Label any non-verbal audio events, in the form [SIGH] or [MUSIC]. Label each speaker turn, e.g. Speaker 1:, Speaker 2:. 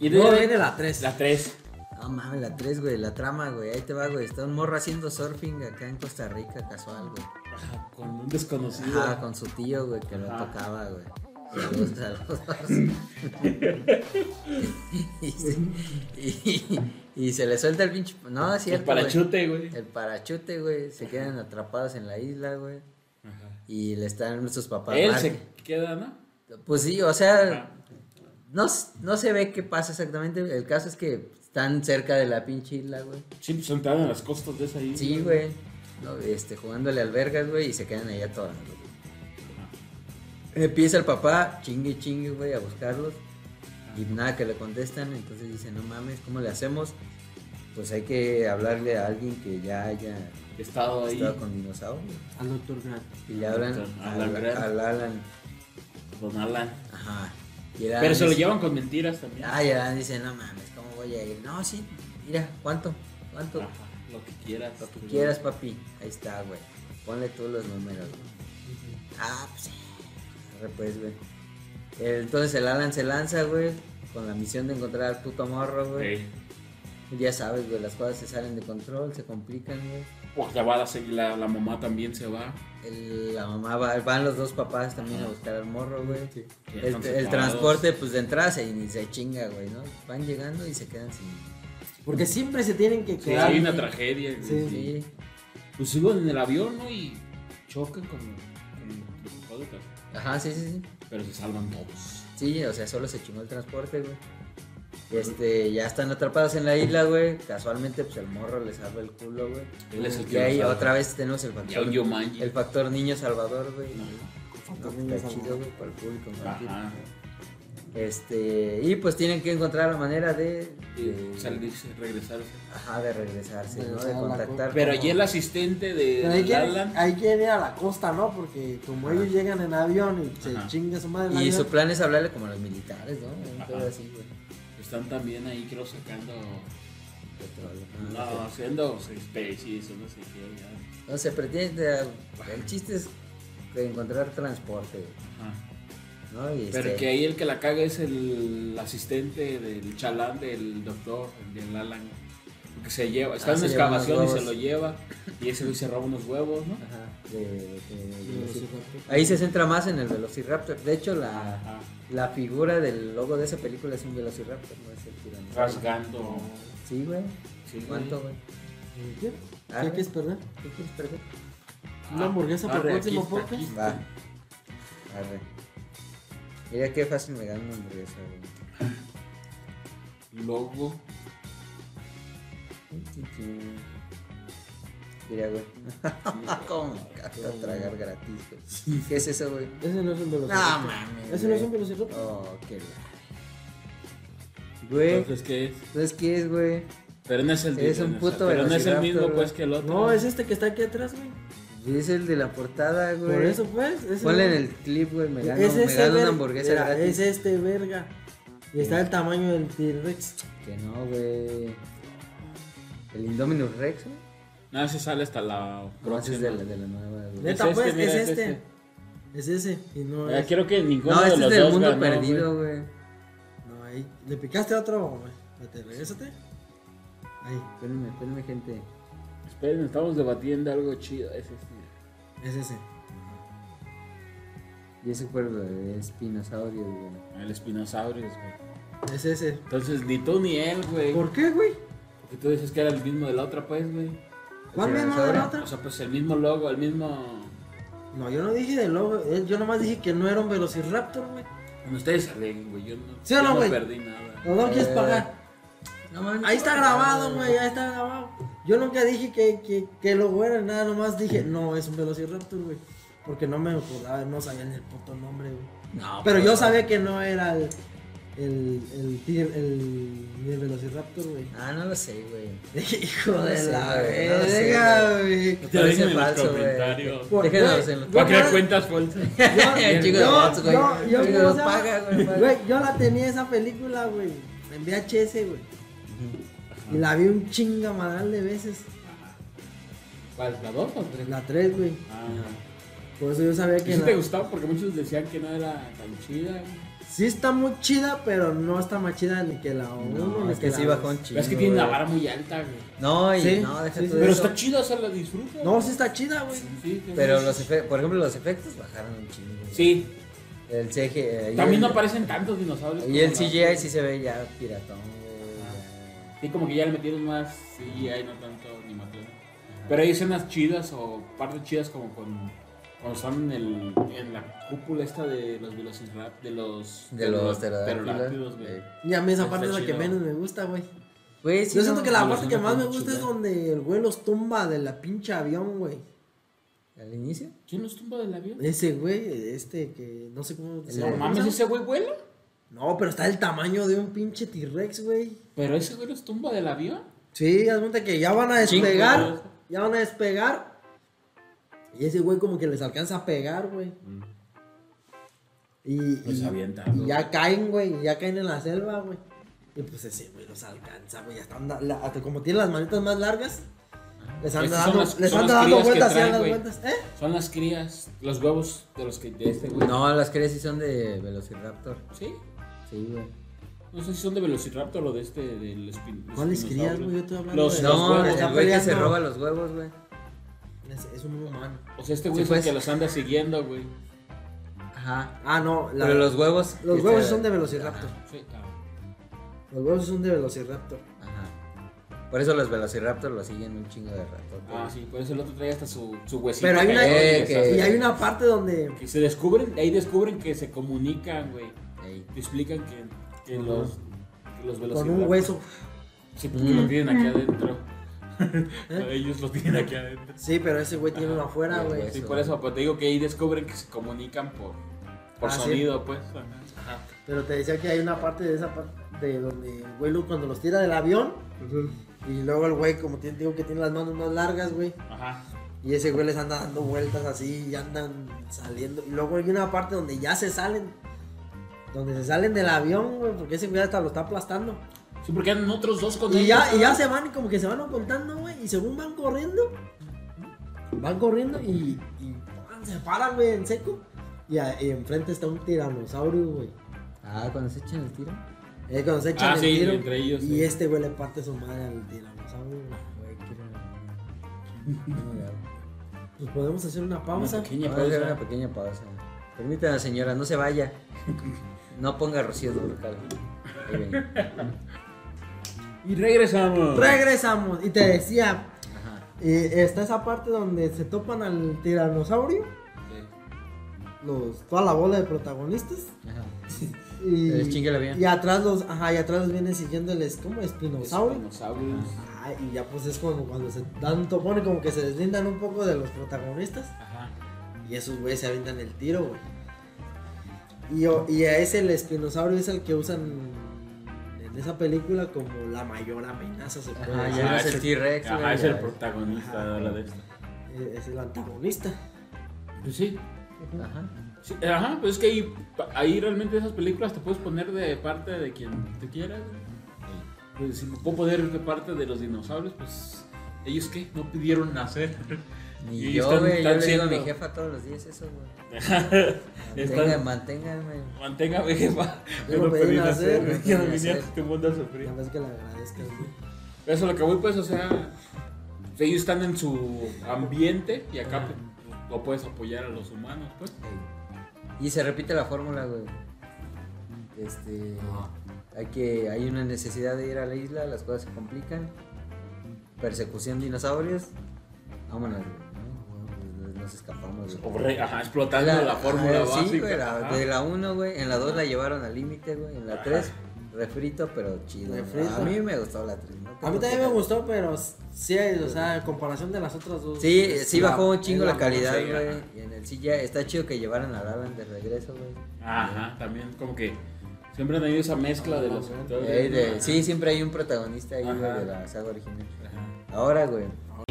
Speaker 1: Y
Speaker 2: No,
Speaker 1: de-
Speaker 2: viene la 3.
Speaker 1: La 3.
Speaker 2: No mames, la 3, güey, la trama, güey. Ahí te va, güey. Está un morro haciendo surfing acá en Costa Rica, casual, güey.
Speaker 1: Con un desconocido.
Speaker 2: Ajá, con su tío, güey, que lo
Speaker 1: Ajá.
Speaker 2: tocaba,
Speaker 1: [LAUGHS]
Speaker 2: güey. Saludos, saludos. y, se, y- y se le suelta el pinche. No, es
Speaker 1: el
Speaker 2: cierto. güey. Eh,
Speaker 1: parachute, güey.
Speaker 2: El parachute, güey. Se quedan atrapados en la isla, güey.
Speaker 1: Ajá.
Speaker 2: Y le están sus papás.
Speaker 1: Él
Speaker 2: mar-
Speaker 1: se queda, ¿no?
Speaker 2: Pues sí, o sea,
Speaker 1: Ajá.
Speaker 2: no, s- no se ve qué pasa exactamente. El caso es que están cerca de la pinche isla, güey.
Speaker 1: Sí, pues entraron en las costas de esa isla.
Speaker 2: Sí, güey. No, este, jugándole albergas, güey, y se quedan allá todas. Empieza el papá, chingue, chingue, güey, a buscarlos. Y nada, que le contestan. Entonces dice, no mames, ¿cómo le hacemos? Pues hay que hablarle a alguien que ya haya
Speaker 1: He estado ahí.
Speaker 2: estado con dinosaurios.
Speaker 3: Al doctor Grant.
Speaker 2: Y le hablan
Speaker 1: Al
Speaker 2: al,
Speaker 1: Alan.
Speaker 2: al Alan.
Speaker 1: Don Alan.
Speaker 2: Ajá. Y el Alan
Speaker 1: Pero se lo
Speaker 2: dice-
Speaker 1: llevan con mentiras también.
Speaker 2: Ah, y Alan dice, no mames, ¿cómo voy a ir? No, sí, mira, ¿cuánto? ¿Cuánto?
Speaker 1: Ajá, Lo que quieras.
Speaker 2: Lo que quieras, papi. Ahí está, güey. Ponle tú los números, güey. Ah, pues sí. Arre, pues, güey. El- Entonces el Alan se lanza, güey, con la misión de encontrar al puto morro, güey.
Speaker 1: Sí.
Speaker 2: Ya sabes, güey, las cosas se salen de control, se complican, güey.
Speaker 1: Pues la va a seguir, la, la mamá también se va.
Speaker 2: El- La mamá va, van los dos papás también a buscar al morro, güey.
Speaker 1: Ya
Speaker 2: El,
Speaker 1: están
Speaker 2: el
Speaker 1: separados.
Speaker 2: transporte, pues de entrada se, ni se chinga, güey, ¿no? Van llegando y se quedan sin.
Speaker 3: Porque siempre se tienen que
Speaker 1: Sí,
Speaker 3: quedar.
Speaker 1: hay una tragedia. güey.
Speaker 3: Sí.
Speaker 2: Sí,
Speaker 1: Pues suben en el avión, ¿no? Y chocan con, con los autos,
Speaker 2: ajá, sí, sí, sí.
Speaker 1: Pero se salvan todos.
Speaker 2: Sí, o sea, solo se chingó el transporte, güey. Este, ya están atrapados en la isla, güey. Casualmente, pues el morro les salva el culo, güey.
Speaker 1: Él es el
Speaker 2: Y
Speaker 1: que
Speaker 2: ahí
Speaker 1: los salva.
Speaker 2: otra vez tenemos el
Speaker 1: Y a un
Speaker 2: factor,
Speaker 1: Yomanji.
Speaker 2: el factor niño salvador, güey.
Speaker 1: No.
Speaker 2: No, está chido, güey, para el público infantil.
Speaker 1: Ajá.
Speaker 2: Este, y pues tienen que encontrar la manera de,
Speaker 1: Y
Speaker 2: de-
Speaker 1: salirse, regresarse.
Speaker 2: ajá, de regresarse,
Speaker 3: De
Speaker 2: ¿no?
Speaker 3: regresar
Speaker 2: De
Speaker 3: a la
Speaker 2: contactar.
Speaker 3: co-
Speaker 1: Pero
Speaker 2: como-
Speaker 1: allí el asistente
Speaker 3: Pero hay
Speaker 1: de
Speaker 3: que,
Speaker 2: Ah.
Speaker 1: Alan.
Speaker 3: hay que ir a la costa, ¿no? Porque como ellos llegan en avión y se
Speaker 1: Ajá.
Speaker 3: chinga su madre. el
Speaker 2: y
Speaker 3: avión, pues,
Speaker 2: su plan es hablarle como a los militares, ¿no? Un
Speaker 1: Ajá.
Speaker 2: pedo así, güey.
Speaker 1: Están también ahí, creo, sacando.
Speaker 2: Petróleo.
Speaker 1: No, haciendo especies o no sé qué. ya.
Speaker 2: No se pretende, el chiste es encontrar transporte, güey.
Speaker 1: Ajá.
Speaker 2: ¿no? Y
Speaker 1: Pero
Speaker 2: este-
Speaker 1: que ahí el que la caga es el asistente del chalán del doctor, el del Alan. Que se lleva, está
Speaker 2: Ah,
Speaker 1: en
Speaker 2: se
Speaker 1: una
Speaker 2: lleva unos
Speaker 1: excavación y se
Speaker 2: huevos.
Speaker 1: lo lleva. Y ese güey se roba unos huevos, ¿no?
Speaker 2: Ajá, de- de-
Speaker 3: y
Speaker 2: de-
Speaker 3: los hijos-
Speaker 2: Ahí se centra más en el Velociraptor. De hecho, la,
Speaker 1: Ajá.
Speaker 2: la figura del logo de esa película es un Velociraptor, no es el tiranosaurio.
Speaker 1: Rasgando.
Speaker 2: Sí, güey.
Speaker 1: Sí, güey.
Speaker 2: ¿Cuánto, güey?
Speaker 3: ¿Qué?
Speaker 2: Arre.
Speaker 3: ¿Qué quieres perder?
Speaker 2: ¿Qué quieres perder?
Speaker 3: Una hamburguesa para el
Speaker 1: arre,
Speaker 3: próximo
Speaker 1: Ah, aquí está,
Speaker 3: podcast.
Speaker 1: aquí
Speaker 2: Va.
Speaker 1: está.
Speaker 2: Arre. Mira qué fácil me gano una hamburguesa, güey.
Speaker 1: Logo.
Speaker 2: Mira, güey. [LAUGHS] ¿Cómo me encanta tragar gratis, güey? ¿Qué es eso, güey?
Speaker 3: Ese no es un
Speaker 2: No,
Speaker 3: velociraptor.
Speaker 2: mames.
Speaker 3: Ese no es un
Speaker 2: güey.
Speaker 3: velociraptor.
Speaker 2: Oh, qué la... Güey,
Speaker 1: Entonces, ¿qué es?
Speaker 2: ¿sabes qué es, güey?
Speaker 1: Pero no es el
Speaker 2: Es un
Speaker 1: no
Speaker 2: puto
Speaker 1: Pero no es el
Speaker 2: velociraptor,
Speaker 1: mismo,
Speaker 2: güey.
Speaker 1: pues, que el otro.
Speaker 3: No, es este que está aquí atrás, güey.
Speaker 2: Pues Es el de la portada, güey.
Speaker 3: Por eso, pues. ese
Speaker 2: Ponle en
Speaker 3: no-
Speaker 2: el clip, güey. Me gano,
Speaker 3: Es
Speaker 2: me
Speaker 3: ese
Speaker 2: gano una
Speaker 3: ver-
Speaker 2: hamburguesa
Speaker 3: mira,
Speaker 2: gratis.
Speaker 3: Es este verga. Y está el tamaño del T-Rex.
Speaker 2: Que no, güey. El Indominus Rex, güey.
Speaker 1: No, ese sale hasta la
Speaker 2: No, ese es de
Speaker 1: próxima.
Speaker 2: la, de la nueva, güey.
Speaker 3: Neta,
Speaker 1: este,
Speaker 3: pues,
Speaker 1: mira,
Speaker 3: es
Speaker 1: es
Speaker 3: este.
Speaker 1: este.
Speaker 3: Es ese. Y no
Speaker 1: Ya,
Speaker 3: es.
Speaker 1: Quiero que ninguno
Speaker 2: No,
Speaker 1: de
Speaker 2: este
Speaker 1: los
Speaker 2: es del
Speaker 1: dos
Speaker 2: mundo
Speaker 1: ganó,
Speaker 2: perdido, güey.
Speaker 3: No, ahí. Le picaste a otro, güey. Vete, regrésate. Ahí.
Speaker 2: Espérenme, espérenme, gente.
Speaker 1: güey. Esperen, estamos debatiendo algo chido. Es este.
Speaker 3: Es ese.
Speaker 2: Y ese fue el de eh, espinosaurio, güey.
Speaker 1: El espinosaurio, güey.
Speaker 3: Es ese.
Speaker 1: Entonces, ni tú ni él, güey.
Speaker 3: ¿Por qué, güey?
Speaker 1: Porque tú dices que era el mismo de la otra, pues, güey.
Speaker 3: ¿Cuál
Speaker 2: El
Speaker 3: mismo de la
Speaker 2: tiranosaurio.
Speaker 3: otra?
Speaker 1: O sea, pues el mismo logo, el mismo.
Speaker 3: No, yo no dije de logo. eh, Yo nomás dije que no era un velociraptor, güey.
Speaker 1: Bueno, ustedes salen, güey. Yo no,
Speaker 3: ¿Sí o
Speaker 1: yo
Speaker 3: no, güey?
Speaker 1: perdí nada.
Speaker 3: No, no quieres
Speaker 2: Eh,
Speaker 3: pagar.
Speaker 2: No mames.
Speaker 3: Ahí está grabado, güey. Ahí está grabado. Yo nunca dije que, que, que logo era. Nada, nomás dije, no, es un velociraptor, güey. Porque no me acordaba, no sabía ni el puto nombre, güey.
Speaker 2: No, pues.
Speaker 3: Pero yo sabía que no era el. El. El. tir- El. ni el Velociraptor, güey. [LAUGHS]
Speaker 2: Ah, no lo sé, güey.
Speaker 3: Hijo
Speaker 2: No
Speaker 3: de
Speaker 2: sé,
Speaker 3: la
Speaker 2: güey, no sé,
Speaker 3: verga,
Speaker 2: Me
Speaker 3: güey.
Speaker 1: Te lo
Speaker 2: parece
Speaker 1: dicen en los
Speaker 2: falso, güey.
Speaker 1: comentarios.
Speaker 3: Por-
Speaker 2: Déjenos
Speaker 3: güey,
Speaker 2: en los
Speaker 1: Va a
Speaker 3: yo-
Speaker 1: crear cuentas falsas.
Speaker 3: [LAUGHS]
Speaker 1: [LAUGHS]
Speaker 3: Yo-
Speaker 2: Chico de
Speaker 3: yo-
Speaker 2: bots, güey.
Speaker 3: yo- yo-
Speaker 2: Chico de
Speaker 3: ¿cómo
Speaker 2: bots,
Speaker 3: se llama?
Speaker 2: paga, güey, paga.
Speaker 3: Güey, yo la tenía esa película, güey. En VHS, güey. Y la vi un chingamadral de veces.
Speaker 1: ¿Cuál? ¿La dos o tres?
Speaker 3: La 3, güey.
Speaker 1: Ah.
Speaker 3: Por eso yo sabía
Speaker 1: ¿Y
Speaker 3: que.
Speaker 1: si
Speaker 3: la-
Speaker 1: te gustaba? Porque muchos decían que no era tan chida, güey.
Speaker 3: sí está muy chida, pero no está más chida ni que la 1,
Speaker 2: No,
Speaker 3: ni
Speaker 2: es que
Speaker 3: la
Speaker 2: sí
Speaker 3: dos.
Speaker 2: bajó un chingo.
Speaker 1: es que tiene la
Speaker 2: güey.
Speaker 1: vara muy alta, güey.
Speaker 2: No, y
Speaker 3: Sí,
Speaker 2: no, deja
Speaker 3: sí,
Speaker 2: tú
Speaker 3: sí.
Speaker 2: de
Speaker 1: Pero
Speaker 2: eso.
Speaker 1: está chida, o sea, la disfruto.
Speaker 3: No, sí está chida, güey.
Speaker 1: Sí, sí,
Speaker 2: Pero
Speaker 1: sí.
Speaker 2: los efectos, por ejemplo, los efectos bajaron un chingo. güey.
Speaker 1: Sí,
Speaker 2: El CGI. eh, y
Speaker 1: también no
Speaker 2: el-
Speaker 1: aparecen tantos dinosaurios.
Speaker 2: Y el
Speaker 1: como la-
Speaker 2: CGI sí se ve ya piratón, güey,
Speaker 1: Sí, como que ya le metieron más CGI, no tanto animación. Pero hay escenas chidas o partes chidas como con, cuando están en, el, en la cúpula esta de los velociraptors, de los...
Speaker 2: ya. De los
Speaker 1: pterodáctilos,
Speaker 2: pterodáctilos.
Speaker 1: güey.
Speaker 2: güey.
Speaker 3: Y a mí esa
Speaker 1: Está
Speaker 3: parte es la que
Speaker 1: chido.
Speaker 3: menos me gusta, güey.
Speaker 2: Güey, sí,
Speaker 3: Yo siento
Speaker 2: no,
Speaker 3: que la
Speaker 1: no,
Speaker 3: parte
Speaker 1: no
Speaker 3: que
Speaker 1: me
Speaker 3: más me
Speaker 1: acuerdo
Speaker 3: gusta
Speaker 1: chula.
Speaker 3: es donde el güey los tumba de la pinche avión, güey.
Speaker 2: ¿Al inicio?
Speaker 1: ¿Quién los tumba del avión?
Speaker 3: Ese güey, este que no sé cómo se
Speaker 1: No
Speaker 2: Eh,
Speaker 3: llama.
Speaker 1: mames, ese güey vuela.
Speaker 3: No, pero está del tamaño de un pinche T-Rex, güey.
Speaker 1: Pero ese güey los tumba del avión.
Speaker 3: Sí, haz cuenta que ya van a
Speaker 2: Chingo,
Speaker 3: despegar.
Speaker 1: güey.
Speaker 3: ya van a despegar. Y ese güey como que les alcanza a pegar, güey. Y,
Speaker 1: Pues
Speaker 3: y-
Speaker 1: avienta,
Speaker 3: y
Speaker 1: ¿no?
Speaker 3: ya caen, güey. y Ya caen en la selva, güey. Y pues ese güey los alcanza, güey. Hasta anda- la- hasta como tiene las manitas más largas, les
Speaker 1: Esas
Speaker 3: anda
Speaker 1: son
Speaker 3: dando,
Speaker 1: las-
Speaker 3: les
Speaker 1: son
Speaker 3: anda
Speaker 1: las
Speaker 3: dando
Speaker 1: crías que
Speaker 3: vueltas y
Speaker 1: traen,
Speaker 3: dando
Speaker 1: güey.
Speaker 3: vueltas. ¿Eh?
Speaker 1: Son las crías, los huevos de los que de este güey.
Speaker 2: No, las crías sí son de Velociraptor.
Speaker 1: ¿Sí?
Speaker 2: Sí, güey.
Speaker 1: No sé si son de Velociraptor o de este, del espin. los
Speaker 3: ¿Cuáles crías,
Speaker 1: dinosaurios.
Speaker 3: güey? Yo estoy hablando
Speaker 1: Los,
Speaker 3: de-
Speaker 1: los
Speaker 2: No,
Speaker 1: huevos.
Speaker 2: el
Speaker 3: está
Speaker 2: güey que se
Speaker 3: peleando.
Speaker 2: roba los huevos, güey.
Speaker 3: Es, es un humano.
Speaker 1: O sea, este güey
Speaker 2: Sí,
Speaker 1: es el
Speaker 2: pues.
Speaker 1: que los anda siguiendo, güey.
Speaker 2: Ajá.
Speaker 3: Ah, no. la-
Speaker 2: Pero los huevos.
Speaker 3: los
Speaker 2: que
Speaker 3: huevos
Speaker 2: se-
Speaker 3: son de Velociraptor.
Speaker 1: Sí, ah, cabrón.
Speaker 3: Los huevos son de Velociraptor.
Speaker 2: Ajá. Por eso los Velociraptor lo siguen un chingo de rato.
Speaker 1: Ah, sí, por eso el otro trae hasta su, su huesito.
Speaker 3: Pero hay una-
Speaker 1: que-
Speaker 2: Eh, que-
Speaker 3: Y hay una parte donde.
Speaker 1: que se descubren, ahí descubren que se comunican, güey. Te explican que, que
Speaker 3: Ajá.
Speaker 1: los, que los
Speaker 3: Con
Speaker 1: Velociraptor.
Speaker 3: un hueso.
Speaker 1: Sí, porque lo tienen aquí
Speaker 3: [LAUGHS]
Speaker 1: adentro. [LAUGHS]
Speaker 3: ¿Eh?
Speaker 1: Ellos lo tienen aquí adentro.
Speaker 3: Sí, pero ese güey tiene uno afuera,
Speaker 2: Bien,
Speaker 3: güey.
Speaker 2: güey.
Speaker 1: Sí,
Speaker 2: Eso.
Speaker 1: por eso, pues te digo que ahí descubren que se comunican por, por
Speaker 3: Ah, sí.
Speaker 1: sonido, pues. Ajá.
Speaker 3: Pero te decía que hay una parte de esa parte de donde el güey lo- cuando los tira del avión. Y luego el güey, como tiene, digo que tiene las manos más largas, güey.
Speaker 1: Ajá.
Speaker 3: Y ese güey les anda dando vueltas así y andan saliendo. Y luego hay una parte donde ya se salen. Donde se salen del avión, güey. Porque ese güey hasta lo está aplastando.
Speaker 1: Sí, porque eran otros dos con
Speaker 3: Y
Speaker 1: ellos,
Speaker 3: ya,
Speaker 1: ¿no?
Speaker 3: y ya se van, como que se van ocultando, güey. Y según van corriendo, van corriendo y, y ¡pam! se paran, güey, en seco. Y, a- y enfrente está un tiranosaurio, güey.
Speaker 2: Ah, cuando se echan el tiro.
Speaker 3: Es Eh, cuando se echan
Speaker 1: Ah,
Speaker 3: el
Speaker 1: sí,
Speaker 3: tiro.
Speaker 1: entre ellos,
Speaker 3: y
Speaker 1: sí.
Speaker 3: este, güey, le parte su madre al tiranosaurio, güey.
Speaker 2: Güey, quiero. [LAUGHS]
Speaker 3: Pues podemos hacer una
Speaker 1: Una
Speaker 3: pausa.
Speaker 1: pequeña
Speaker 2: Vamos a hacer una
Speaker 1: pausa.
Speaker 2: pequeña pausa. Permítanme, señora, no se vaya. No ponga Rocío Durcal. Ahí venimos.
Speaker 1: Y regresamos.
Speaker 3: Regresamos. Y te decía,
Speaker 2: Ajá.
Speaker 3: eh, está esa parte donde se topan al tiranosaurio. Los, toda la bola de protagonistas.
Speaker 2: Ajá.
Speaker 3: Y,
Speaker 1: Eh,
Speaker 2: Se les chinga el avión.
Speaker 3: y atrás los, ajá, y atrás los viene siguiéndoles, ¿cómo? Espinosaurio.
Speaker 1: Dinosaurios.
Speaker 3: Ah, y ya pues es como cuando se dan topón y como que se deslindan un poco de los protagonistas.
Speaker 1: Ajá.
Speaker 3: Y esos güeyes se avientan el tiro, güey. Y, o- y a ese el espinosaurio es el que usan en esa película como la mayor amenaza, se puede
Speaker 2: Ajá,
Speaker 3: decir.
Speaker 2: ya
Speaker 1: Ah,
Speaker 2: es el
Speaker 1: ese-
Speaker 2: T-Rex.
Speaker 1: Ajá,
Speaker 2: güey,
Speaker 1: es
Speaker 2: ya
Speaker 1: el
Speaker 2: ves.
Speaker 1: protagonista de la de esta.
Speaker 3: Eh, Es el antagonista.
Speaker 1: Pues sí.
Speaker 2: Ajá.
Speaker 1: Sí, Ajá, pues es que ahí, ahí realmente esas películas te puedes poner de parte de quien te quieras. güey. Pues si me puedo poner de parte de los dinosaurios, pues ellos qué, no pidieron nacer.
Speaker 2: Ni
Speaker 1: Y
Speaker 2: yo,
Speaker 1: están-
Speaker 2: güey.
Speaker 1: están
Speaker 2: Yo le digo a mi
Speaker 1: siendo-
Speaker 2: jefa todos los días eso, güey. Mantenga,
Speaker 1: Están-
Speaker 2: manténgame.
Speaker 1: Manténgame, jefa.
Speaker 3: Yo no pedí nacer,
Speaker 1: güey.
Speaker 3: no
Speaker 2: pedí
Speaker 1: Yo no vine a
Speaker 2: nacer.
Speaker 1: este mundo a
Speaker 3: La
Speaker 1: sufrir.
Speaker 3: vez que le agradezcas, güey.
Speaker 1: Eso es lo que voy, pues, o sea, ellos están en su ambiente y acá pues, no puedes apoyar a los humanos, pues.
Speaker 2: Y se repite la fórmula, güey. Este. Hay que. Hay una necesidad de ir a la isla, las cosas se complican. Persecución de dinosaurios. Vámonos, güey. No, güey, Nos escapamos,
Speaker 1: O
Speaker 2: güey.
Speaker 1: re- Ajá, explotando la, fórmula
Speaker 2: ajá,
Speaker 1: básica.
Speaker 2: Sí, güey, la-
Speaker 1: ajá.
Speaker 2: de la 1, güey. En la 2 la llevaron al límite, güey. En la
Speaker 1: Ajá.
Speaker 2: 3, refrito, pero chido. güey.
Speaker 3: Refrito.
Speaker 2: A mí me gustó la 3.
Speaker 3: A mí también me gustó, pero sí, o sea, en comparación de las otras dos.
Speaker 2: Sí,
Speaker 3: es
Speaker 2: sí
Speaker 3: la-
Speaker 2: bajó un chingo
Speaker 3: es
Speaker 2: la calidad,
Speaker 1: sí,
Speaker 2: güey.
Speaker 1: ajá.
Speaker 2: Y en el sí ya está chido que llevaran a Alan de regreso, güey.
Speaker 1: Ajá, también como que siempre han tenido esa mezcla de los
Speaker 3: Ajá.
Speaker 1: actores,
Speaker 2: Eh, de-
Speaker 1: ¿no?
Speaker 2: sí, siempre hay un protagonista ahí, güey,
Speaker 1: Ajá.
Speaker 2: de la saga original.
Speaker 1: Ajá.
Speaker 2: Ahora, güey,